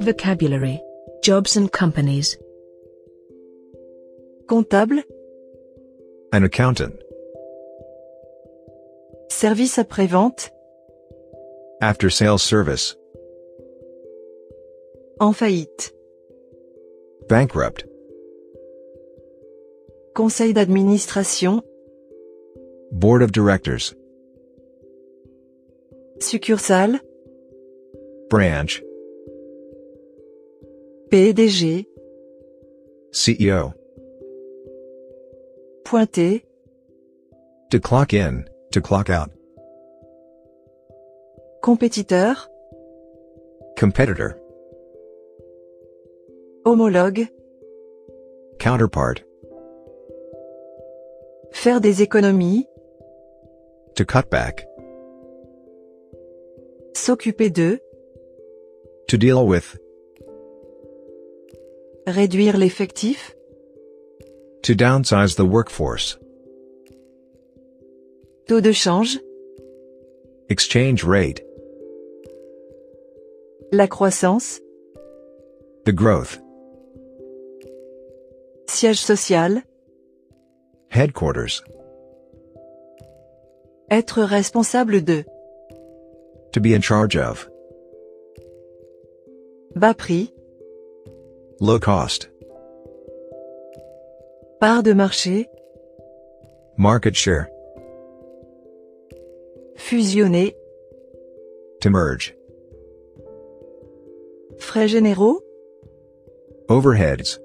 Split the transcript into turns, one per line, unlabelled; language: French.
Vocabulary. Jobs and companies.
Comptable,
An accountant.
service après-vente,
After sales service.
en faillite,
Bankrupt.
conseil d'administration,
Board of directors.
succursale,
Branch.
E PDG,
CEO.
pointé,
To clock in. To clock out.
compétiteur,
Competitor.
homologue,
Counterpart.
faire des économies,
To cut back.
s'occuper de,
To deal with.
réduire l'effectif,
To downsize the workforce.
taux de change,
Exchange rate.
la croissance,
The growth.
siège social,
Headquarters.
être responsable de,
To be in charge of.
bas prix,
Low cost.
part de marché,
Market share.
fusionner,
To merge.
frais généraux,
Overheads.